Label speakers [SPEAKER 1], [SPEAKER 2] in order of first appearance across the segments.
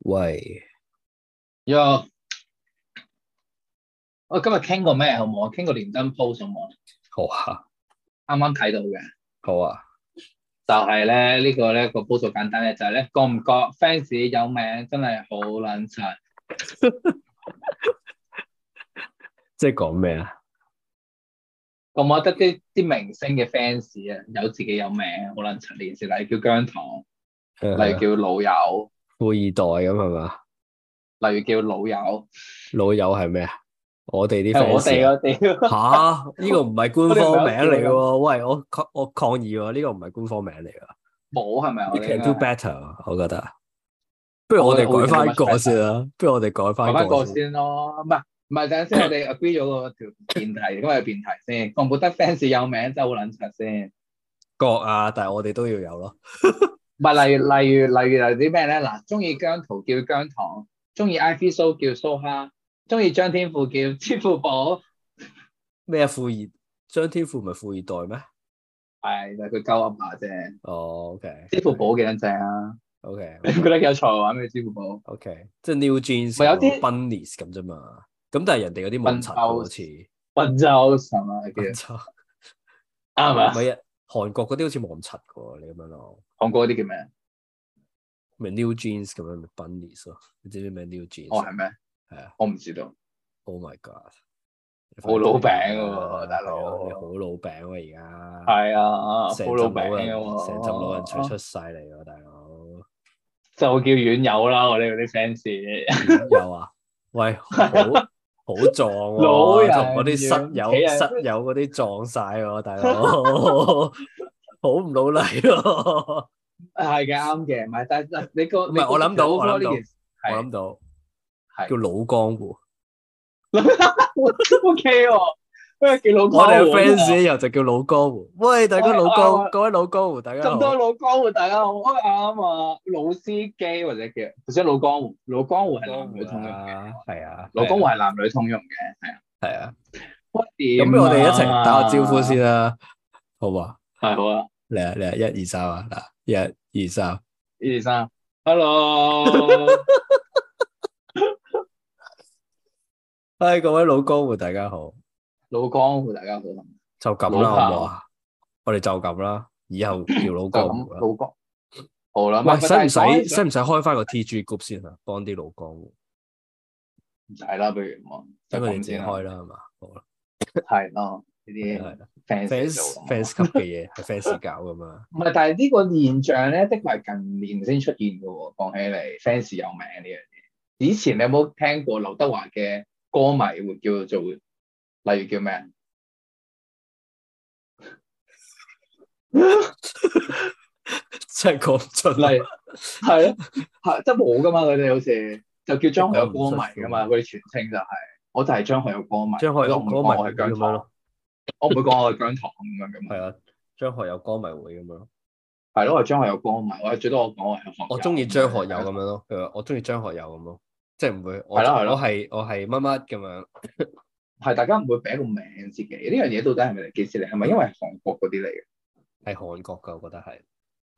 [SPEAKER 1] 喂，
[SPEAKER 2] 又我今日傾過咩好唔好？傾過連登 post 好唔好？
[SPEAKER 1] 好啊，
[SPEAKER 2] 啱啱睇到嘅
[SPEAKER 1] 好啊，
[SPEAKER 2] 就係咧呢個咧個 post 好簡單嘅就係咧覺唔覺 fans 有名真係好撚柒，
[SPEAKER 1] 即係講咩啊？
[SPEAKER 2] 我冇覺得啲啲明星嘅 fans 啊有自己有名好撚柒呢件事，例如叫姜糖，例如叫老友，
[SPEAKER 1] 呃富二代咁係嘛？
[SPEAKER 2] 例如叫老友，
[SPEAKER 1] 老友係咩啊？我哋啲
[SPEAKER 2] 係我
[SPEAKER 1] fans
[SPEAKER 2] 哋
[SPEAKER 1] 啊
[SPEAKER 2] 我哋
[SPEAKER 1] 吓？呢個唔係官
[SPEAKER 2] 我哋
[SPEAKER 1] 方
[SPEAKER 2] 唔係
[SPEAKER 1] 名嚟
[SPEAKER 2] 有
[SPEAKER 1] 喎，喂，我抗我抗議喎，呢個唔係官方名嚟㗎。
[SPEAKER 2] 冇係咪我
[SPEAKER 1] You
[SPEAKER 2] 哋
[SPEAKER 1] can
[SPEAKER 2] 啊
[SPEAKER 1] do better，我覺得。不如我
[SPEAKER 2] 我
[SPEAKER 1] 哋
[SPEAKER 2] 我
[SPEAKER 1] 改翻
[SPEAKER 2] 會做
[SPEAKER 1] 個
[SPEAKER 2] much
[SPEAKER 1] 先啦，不如我哋改
[SPEAKER 2] 講
[SPEAKER 1] 翻
[SPEAKER 2] 翻
[SPEAKER 1] 個
[SPEAKER 2] 個
[SPEAKER 1] 先。
[SPEAKER 2] 先咯，唔係唔係等陣先，我哋 agree 咗個條辯題，今日辯題先，覺唔覺得 fans 有名真係好撚柒先？
[SPEAKER 1] 覺啊，但係我哋都要有咯。
[SPEAKER 2] 唔係，例如例如例如係啲咩咧？嗱，中意姜濤叫姜糖，中意 Ivy So 叫蘇蝦，中意張天賦叫支付寶，
[SPEAKER 1] 咩啊富二？張天賦唔係富二代咩？
[SPEAKER 2] 係就佢鳩噏下啫。
[SPEAKER 1] 哦，OK。
[SPEAKER 2] 支付寶幾撚正啊？
[SPEAKER 1] OK。
[SPEAKER 2] 你唔覺得有才華咩？支付寶
[SPEAKER 1] OK，即係 New Jeans
[SPEAKER 2] 咪有
[SPEAKER 1] 有
[SPEAKER 2] 啲
[SPEAKER 1] Bunnies 咁啫嘛。咁但係人哋嗰啲冇柒喎，好似
[SPEAKER 2] 温州神啊叫
[SPEAKER 1] 温州
[SPEAKER 2] 啱
[SPEAKER 1] 唔
[SPEAKER 2] 啊！
[SPEAKER 1] 係啊，韓國嗰啲好似冇咁柒嘅喎，你咁樣咯，
[SPEAKER 2] 韓國嗰啲叫咩？
[SPEAKER 1] 咪 New Jeans 咁樣咪 Bunnies 咯。你知唔知咩 New
[SPEAKER 2] 哦
[SPEAKER 1] Jeans？
[SPEAKER 2] 係咩？
[SPEAKER 1] 係啊
[SPEAKER 2] 我唔知道。
[SPEAKER 1] ，Oh my God！你
[SPEAKER 2] 好老餅
[SPEAKER 1] 快啲
[SPEAKER 2] 喎
[SPEAKER 1] 啊
[SPEAKER 2] 大佬
[SPEAKER 1] 係啊你好老餅喎而家，
[SPEAKER 2] 係啊，
[SPEAKER 1] 成
[SPEAKER 2] 好老
[SPEAKER 1] 浸
[SPEAKER 2] 餅嘅
[SPEAKER 1] 人，
[SPEAKER 2] 喎，
[SPEAKER 1] 成浸老人除出晒嚟喎，大佬。
[SPEAKER 2] 就叫遠友啦，我哋嗰啲 fans。
[SPEAKER 1] 點 有啊，喂，好好撞喎，
[SPEAKER 2] 老人
[SPEAKER 1] 同我啲室
[SPEAKER 2] 養企
[SPEAKER 1] 友
[SPEAKER 2] 人
[SPEAKER 1] 室友嗰啲撞晒喎，大佬， 好唔老禮咯。
[SPEAKER 2] 係嘅，啱嘅，唔係，但係你個
[SPEAKER 1] 唔係我諗到我諗到我
[SPEAKER 2] 係
[SPEAKER 1] 諗到
[SPEAKER 2] 係
[SPEAKER 1] 叫老江湖，
[SPEAKER 2] O K 喎，因為幾老
[SPEAKER 1] 我哋
[SPEAKER 2] 江
[SPEAKER 1] 嘅
[SPEAKER 2] 湖啊
[SPEAKER 1] fans 以後就叫老江湖。喂，大家
[SPEAKER 2] 喂
[SPEAKER 1] 老
[SPEAKER 2] 我
[SPEAKER 1] 江，
[SPEAKER 2] 我
[SPEAKER 1] 各位老江湖，大家
[SPEAKER 2] 咁多
[SPEAKER 1] 好。
[SPEAKER 2] 老江湖，大家好哎啱啊！老司機或者叫，或者老江湖，老江湖係男女通用嘅，
[SPEAKER 1] 啊，係啊，
[SPEAKER 2] 老江湖係男女通用嘅，係啊。
[SPEAKER 1] 係啊，
[SPEAKER 2] 喂點啊
[SPEAKER 1] 咁不如我哋一齊打個招呼先。啦，好嘛？
[SPEAKER 2] 係好啊，
[SPEAKER 1] 嚟啊嚟啊，一二三啊，嗱，一二三，
[SPEAKER 2] 一二三，hello，
[SPEAKER 1] 嗨，各位老江湖，大家好。
[SPEAKER 2] 老江湖，大家好。就
[SPEAKER 1] 就咁啦，好
[SPEAKER 2] 老炮
[SPEAKER 1] 唔好啊？我哋就咁啦，以 後叫老江湖
[SPEAKER 2] 咁
[SPEAKER 1] 啦。
[SPEAKER 2] 老江，好啦。
[SPEAKER 1] 喂，使唔使使
[SPEAKER 2] 唔
[SPEAKER 1] 唔使開翻個 T G group 先啊？幫啲老江湖，
[SPEAKER 2] 使啦，不如我就
[SPEAKER 1] 因為你
[SPEAKER 2] 咁
[SPEAKER 1] 自己
[SPEAKER 2] 先啊啦。
[SPEAKER 1] 開啦，係嘛？好啦，
[SPEAKER 2] 係咯，呢啲
[SPEAKER 1] 係啦
[SPEAKER 2] fans
[SPEAKER 1] ，fans
[SPEAKER 2] 做
[SPEAKER 1] fans 級
[SPEAKER 2] 㗎嘛啊
[SPEAKER 1] 嘅嘢係 fans 搞噶嘛？
[SPEAKER 2] 唔係，但係呢個現象咧，的確係近年先出現嘅喎。講起嚟，fans 有名呢樣嘢，以前你有冇聽過劉德華嘅歌迷會叫做，例如叫咩？啊
[SPEAKER 1] 真係講唔出啦，
[SPEAKER 2] 例如係咯，係即係冇噶嘛，佢哋好似就叫張學友歌迷噶嘛，佢哋全稱就係、我就係張學友歌迷。
[SPEAKER 1] 張學友
[SPEAKER 2] 我唔會
[SPEAKER 1] 歌迷
[SPEAKER 2] 講我
[SPEAKER 1] 會
[SPEAKER 2] 係
[SPEAKER 1] 咁
[SPEAKER 2] 姜
[SPEAKER 1] 樣
[SPEAKER 2] 糖，
[SPEAKER 1] 咯，
[SPEAKER 2] 我唔會講我係姜糖咁樣噶嘛。
[SPEAKER 1] 係啊，張學友歌迷會咁樣咯。
[SPEAKER 2] 係咯，我係張學友歌迷，我係最多我講我係學友。
[SPEAKER 1] 我中意張學友咁樣咯，佢話我中意張學友咁咯，即係唔會我我
[SPEAKER 2] 係咯係咯
[SPEAKER 1] 係我係乜乜咁樣。
[SPEAKER 2] 係大家唔會俾個名自己呢樣嘢，到底係咪嚟幾時嚟？係咪因為韓國嗰啲嚟嘅？
[SPEAKER 1] 係韓國㗎，我覺得係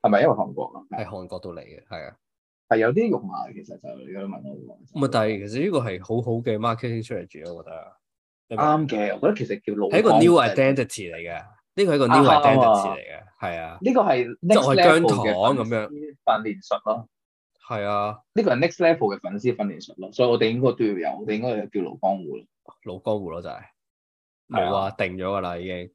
[SPEAKER 2] 係咪因為韓國啊？
[SPEAKER 1] 係韓國度嚟嘅，係啊。
[SPEAKER 2] 係有啲肉麻嘅，其實就你咁問我
[SPEAKER 1] 唔係，啊但係其實呢個係好好嘅 marketing strategy，我覺啊得你明唔明
[SPEAKER 2] 啱嘅，我覺得其實叫老
[SPEAKER 1] 係一個
[SPEAKER 2] 江
[SPEAKER 1] new
[SPEAKER 2] 湖就係
[SPEAKER 1] identity 嚟嘅，呢個係一個 new
[SPEAKER 2] 啱啊
[SPEAKER 1] identity 嚟嘅，係啊，
[SPEAKER 2] 呢個係
[SPEAKER 1] 即係我係
[SPEAKER 2] next
[SPEAKER 1] 姜
[SPEAKER 2] level
[SPEAKER 1] 糖
[SPEAKER 2] 嘅
[SPEAKER 1] 咁樣
[SPEAKER 2] 樣訓練術咯，
[SPEAKER 1] 係啊，
[SPEAKER 2] 呢個係 next level 嘅粉絲訓練術咯，所以我哋應該都要有，我哋應該有叫老江 湖咯，
[SPEAKER 1] 老江湖咯就係
[SPEAKER 2] 係啊
[SPEAKER 1] 冇啊，定咗㗎啦已經，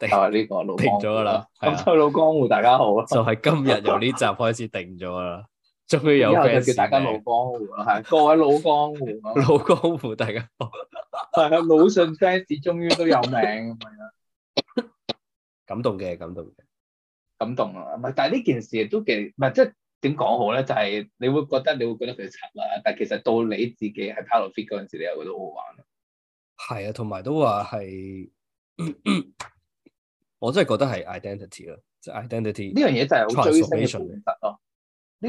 [SPEAKER 2] 就係呢個老江湖
[SPEAKER 1] 定咗㗎啦係啊
[SPEAKER 2] 咁就老江湖大家好啦，啊
[SPEAKER 1] 就係今日由呢集開始定咗㗎啦， 終於
[SPEAKER 2] 以
[SPEAKER 1] 有
[SPEAKER 2] 後就
[SPEAKER 1] fans
[SPEAKER 2] 叫大家老
[SPEAKER 1] 名
[SPEAKER 2] 江湖啦，係各位老江湖啊，
[SPEAKER 1] 老江湖，大家 好，
[SPEAKER 2] 係啊，魯迅 fans 終於都有名咁樣。
[SPEAKER 1] 感動嘅感動嘅，
[SPEAKER 2] 感動啊！唔係，但係呢件事都幾唔係，即係點講好咧？就係、你會覺得你會覺得佢柒啦，但係其實到你自己喺 p a r fit 嗰陣時，你又覺得好好玩。
[SPEAKER 1] 係啊，同埋都話係， 我真係覺得係 identity 咯，即係 identity
[SPEAKER 2] 呢樣嘢就係好追星
[SPEAKER 1] Transformation
[SPEAKER 2] 嘅
[SPEAKER 1] 嚟
[SPEAKER 2] 本質咯。呢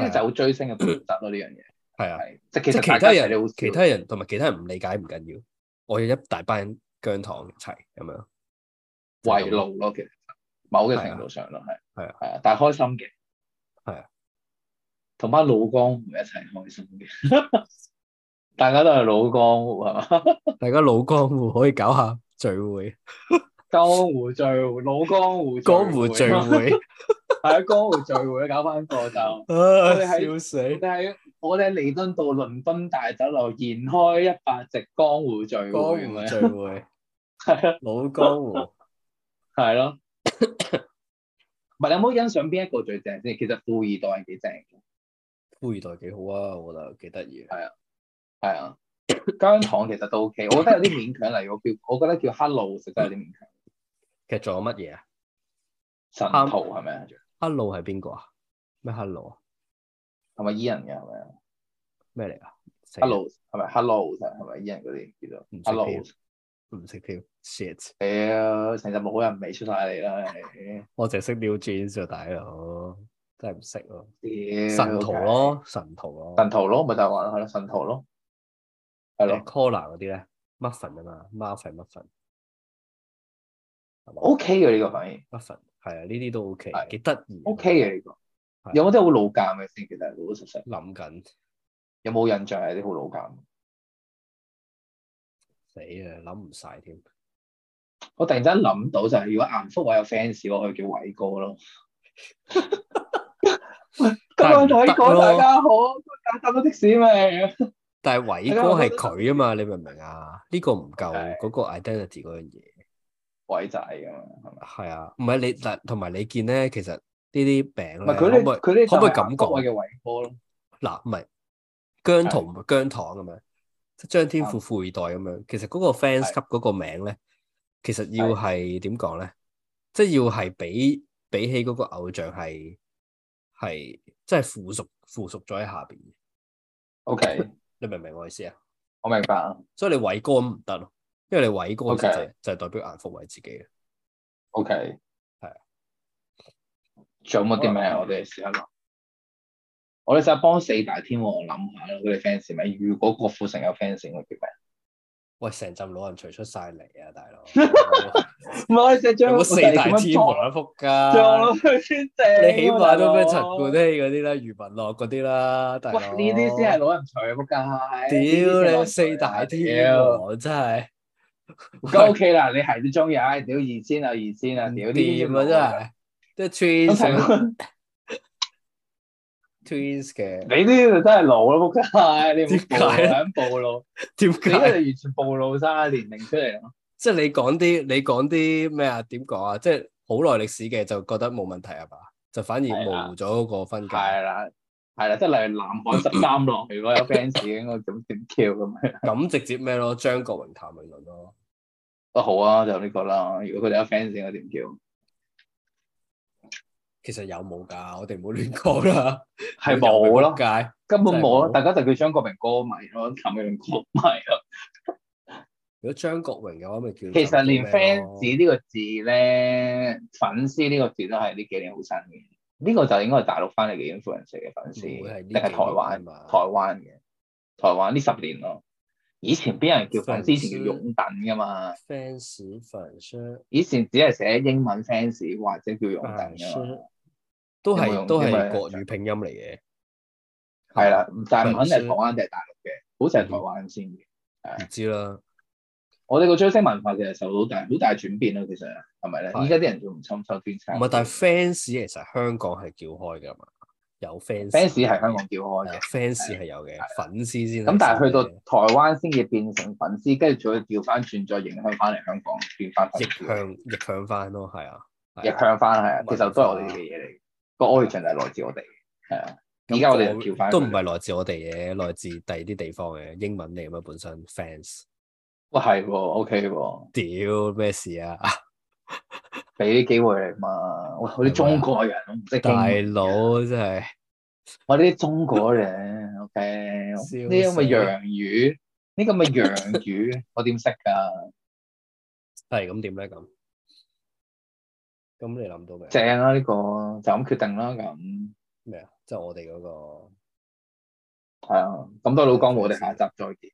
[SPEAKER 1] 係
[SPEAKER 2] 個
[SPEAKER 1] 啊
[SPEAKER 2] 就係好追星嘅本質咯。呢樣嘢
[SPEAKER 1] 係啊。
[SPEAKER 2] 係即係
[SPEAKER 1] 即
[SPEAKER 2] 其
[SPEAKER 1] 係
[SPEAKER 2] 實大
[SPEAKER 1] 其他
[SPEAKER 2] 家睇你好
[SPEAKER 1] 人，
[SPEAKER 2] 少
[SPEAKER 1] 其他人同埋其他人唔理解唔緊要，我有一大班姜糖一齊咁樣
[SPEAKER 2] 圍路咯，其實某嘅程度上咯，係
[SPEAKER 1] 係啊
[SPEAKER 2] 係啊，但係開心嘅
[SPEAKER 1] 係啊，
[SPEAKER 2] 同班老江湖一齊開心嘅， 大家都係老江湖係嘛？
[SPEAKER 1] 大家老江湖可以搞下聚會，
[SPEAKER 2] 江湖聚會，老江湖
[SPEAKER 1] 江湖聚會，
[SPEAKER 2] 係啊，江湖聚會搞翻個就。哋
[SPEAKER 1] 唉
[SPEAKER 2] 喺
[SPEAKER 1] 笑死！
[SPEAKER 2] 我哋喺我哋喺彌敦道倫敦大酒樓延開一百席江湖聚會，啊
[SPEAKER 1] 江湖聚會，老江湖，
[SPEAKER 2] 係咯。唔係你有冇欣賞邊一個最正先？其實富二代係幾正嘅，
[SPEAKER 1] 富二代幾好啊，我覺得幾得意。
[SPEAKER 2] 係啊。姜糖其實都 OK，我覺得有啲勉強嚟，我叫我覺得叫 Hello 食得有啲勉強。
[SPEAKER 1] 其實仲有乜嘢啊
[SPEAKER 2] 神
[SPEAKER 1] 啱
[SPEAKER 2] 徒係咪啊？
[SPEAKER 1] ？Hello 係邊個啊？咩 Hello 啊？
[SPEAKER 2] 係咪 E 人嘅係咪啊
[SPEAKER 1] 咩嚟啊死啦
[SPEAKER 2] ？Hello 係咪 Hello 係咪 E 人嗰啲叫做
[SPEAKER 1] 唔識
[SPEAKER 2] Hello？
[SPEAKER 1] 添唔識跳 shit，
[SPEAKER 2] 屌，成日冇人味出晒嚟啦！你
[SPEAKER 1] 我淨係識 New Jeans 啊，大佬真係唔識咯。
[SPEAKER 2] 屌
[SPEAKER 1] 神徒，咯，神徒咯。
[SPEAKER 2] 神徒咯，咪就嗯係話係咯，神徒咯，係咯。
[SPEAKER 1] 誒 Cola 嗰啲咧，muffin 啊嘛，muffin muffin
[SPEAKER 2] O K 嘅呢個反而
[SPEAKER 1] muffin 係啊，呢啲都 OK，
[SPEAKER 2] 係
[SPEAKER 1] 幾得意。啊
[SPEAKER 2] O K 嘅呢個，
[SPEAKER 1] 係
[SPEAKER 2] 有冇啲好老鑑嘅先？其實老老實實，
[SPEAKER 1] 諗緊
[SPEAKER 2] 有冇印象係啲好老鑑？
[SPEAKER 1] 死啊，諗唔晒添。
[SPEAKER 2] 我突然間諗到就係，如果顏福偉有 fans，我去叫偉哥 咯。今晚同你
[SPEAKER 1] 但係唔
[SPEAKER 2] 講
[SPEAKER 1] 得咯
[SPEAKER 2] 啊大家好，大家搭到的士未？
[SPEAKER 1] 但係啊偉哥係佢啊嘛，你明唔明啊？呢個唔夠
[SPEAKER 2] 係
[SPEAKER 1] 嗰個 identity 嗰樣嘢。
[SPEAKER 2] 偉仔咁樣係咪？
[SPEAKER 1] 係啊，唔係你嗱，同埋你見咧，其實呢啲
[SPEAKER 2] 唔
[SPEAKER 1] 餅
[SPEAKER 2] 係
[SPEAKER 1] 咧，
[SPEAKER 2] 佢
[SPEAKER 1] 可
[SPEAKER 2] 哋
[SPEAKER 1] 唔可以
[SPEAKER 2] 佢哋
[SPEAKER 1] 可唔可以
[SPEAKER 2] 就係
[SPEAKER 1] 咁
[SPEAKER 2] 顏福
[SPEAKER 1] 講
[SPEAKER 2] 偉嘅偉哥咯，
[SPEAKER 1] 嗱，唔係姜糖唔係姜糖咁樣，即係張天賦富二代咁樣。其實嗰個 fans 級嗰個名咧，其實要係點講咧？即係要係比比起嗰個偶像係係即係附屬附屬咗喺下邊嘅，
[SPEAKER 2] O K，
[SPEAKER 1] 你明唔明我意思啊？
[SPEAKER 2] 我明白啊。
[SPEAKER 1] 所以你偉哥咁唔得咯，因為你偉哥其實就係
[SPEAKER 2] OK
[SPEAKER 1] 就係代表顏福偉自己嘅。
[SPEAKER 2] O K，
[SPEAKER 1] 係啊。
[SPEAKER 2] 仲有冇啲咩？我哋試下諗。我哋試下幫四大天王諗下啦，佢哋 fans 咪？如果郭富城有 fans，我叫咩？
[SPEAKER 1] 喂，成陣老人除出晒嚟啊，大 佬！
[SPEAKER 2] 唔係，我哋試
[SPEAKER 1] 有冇四大天王啊，仆
[SPEAKER 2] 撞
[SPEAKER 1] 街
[SPEAKER 2] 落！去先正。
[SPEAKER 1] 你起碼都咩陳冠希嗰啲啦、余文樂嗰啲啦，大佬。
[SPEAKER 2] 喂，呢啲先係老人除仆街。呢啲先係老
[SPEAKER 1] 屌
[SPEAKER 2] 人
[SPEAKER 1] 你
[SPEAKER 2] 除啊
[SPEAKER 1] 四大天。王真係
[SPEAKER 2] 咁 OK 啦，你係都中意，唉，屌二千啊，二千啊，屌
[SPEAKER 1] 唔
[SPEAKER 2] 呢啲
[SPEAKER 1] 掂啊真係，即係 twins
[SPEAKER 2] 真係。
[SPEAKER 1] twins 嘅，
[SPEAKER 2] 你呢度真係老咯，仆街！你唔
[SPEAKER 1] 點解啊咧
[SPEAKER 2] 好暴露，暴露。
[SPEAKER 1] 點
[SPEAKER 2] 你而家就
[SPEAKER 1] 解？
[SPEAKER 2] 完全暴露晒年齡出嚟咯。
[SPEAKER 1] 即係你講啲你講啲咩啊？點講啊？即係好耐歷史嘅就覺得冇問題係嘛？就反而
[SPEAKER 2] 係啊
[SPEAKER 1] 模糊咗嗰個分界。
[SPEAKER 2] 係啦，係啦，即係例如南 海十三郎，如果有 fans 應該咁點跳咁樣。
[SPEAKER 1] 咁直接咩咯？張國榮、譚詠麟咯，
[SPEAKER 2] 都好啊，就呢個啦。如果佢哋有 fans 應該點跳？
[SPEAKER 1] 其實有冇㗎？我哋唔好亂講啦。
[SPEAKER 2] 係冇咯，
[SPEAKER 1] 界
[SPEAKER 2] 根本
[SPEAKER 1] 真係
[SPEAKER 2] 冇咯。
[SPEAKER 1] 冇
[SPEAKER 2] 大家就叫張國榮歌迷咯，譚詠麟歌迷咯。
[SPEAKER 1] 如果張國榮嘅話，咪叫
[SPEAKER 2] 其實連
[SPEAKER 1] 譚詠麟咯
[SPEAKER 2] fans 呢個字咧，粉絲呢個字都係呢幾年好新嘅。呢個就應該係大陸翻嚟嘅 influence 嚟嘅粉絲，
[SPEAKER 1] 唔會係呢
[SPEAKER 2] 定
[SPEAKER 1] 幾年
[SPEAKER 2] 係台灣？
[SPEAKER 1] 嘛
[SPEAKER 2] 台灣嘅台灣呢十年咯。以前邊有人叫粉絲？以前叫擁躉噶嘛。
[SPEAKER 1] fans 粉絲
[SPEAKER 2] 以前只係寫英文 fans 或者叫用
[SPEAKER 1] 粉
[SPEAKER 2] 緊㗎嘛，
[SPEAKER 1] 絲都
[SPEAKER 2] 有冇
[SPEAKER 1] 係
[SPEAKER 2] 用
[SPEAKER 1] 都
[SPEAKER 2] 因
[SPEAKER 1] 係
[SPEAKER 2] 為
[SPEAKER 1] 國語拼音嚟嘅，
[SPEAKER 2] 係
[SPEAKER 1] 啊
[SPEAKER 2] 啦，但係唔肯定係
[SPEAKER 1] 粉絲
[SPEAKER 2] 台灣定係大陸嘅，好
[SPEAKER 1] 嗯
[SPEAKER 2] 似係台灣先嘅。
[SPEAKER 1] 唔知啦。
[SPEAKER 2] 我哋個追星文化其實受到大好大轉變咯，其實係咪咧？
[SPEAKER 1] 係
[SPEAKER 2] 依家啲人仲唔深收專
[SPEAKER 1] 唔
[SPEAKER 2] 輯？
[SPEAKER 1] 係，但係 fans 其實香港係叫開㗎嘛，有 fans
[SPEAKER 2] fans 係香港叫開
[SPEAKER 1] 係啊
[SPEAKER 2] 嘅，
[SPEAKER 1] fans 係有嘅，粉絲先係
[SPEAKER 2] 咁但係去到
[SPEAKER 1] 真嘅
[SPEAKER 2] 台灣先至變成粉絲，跟住再調翻轉，再影響翻嚟香港變翻粉
[SPEAKER 1] 逆
[SPEAKER 2] 絲，
[SPEAKER 1] 向逆向翻咯，係啊，係
[SPEAKER 2] 逆
[SPEAKER 1] 啊
[SPEAKER 2] 向翻係啊，其實都係我哋
[SPEAKER 1] 文化
[SPEAKER 2] 嘅嘢嚟嘅，個 origin 係來自我哋嘅，係啊。而家我哋就調翻
[SPEAKER 1] 都唔係來自我哋嘅，來自第二啲地方嘅英文嚟嘅嘛，本身 fans
[SPEAKER 2] 哇係喎，OK 喎。
[SPEAKER 1] 屌咩事啊？
[SPEAKER 2] 俾啲機會你嘛。我我啲中國人我唔識
[SPEAKER 1] 大
[SPEAKER 2] 英文
[SPEAKER 1] 佬真係
[SPEAKER 2] 我呢啲中國人，OK，呢
[SPEAKER 1] 笑死
[SPEAKER 2] 啲咁嘅洋語，呢啲咁嘅洋語，我點識啊㗎？
[SPEAKER 1] 係咁點咧咁？咁你諗到未？
[SPEAKER 2] 正啦、呢、個就咁決定啦，咁
[SPEAKER 1] 咩啊？即係我哋嗰個
[SPEAKER 2] 係啊，咁多老江湖，我哋下集再見。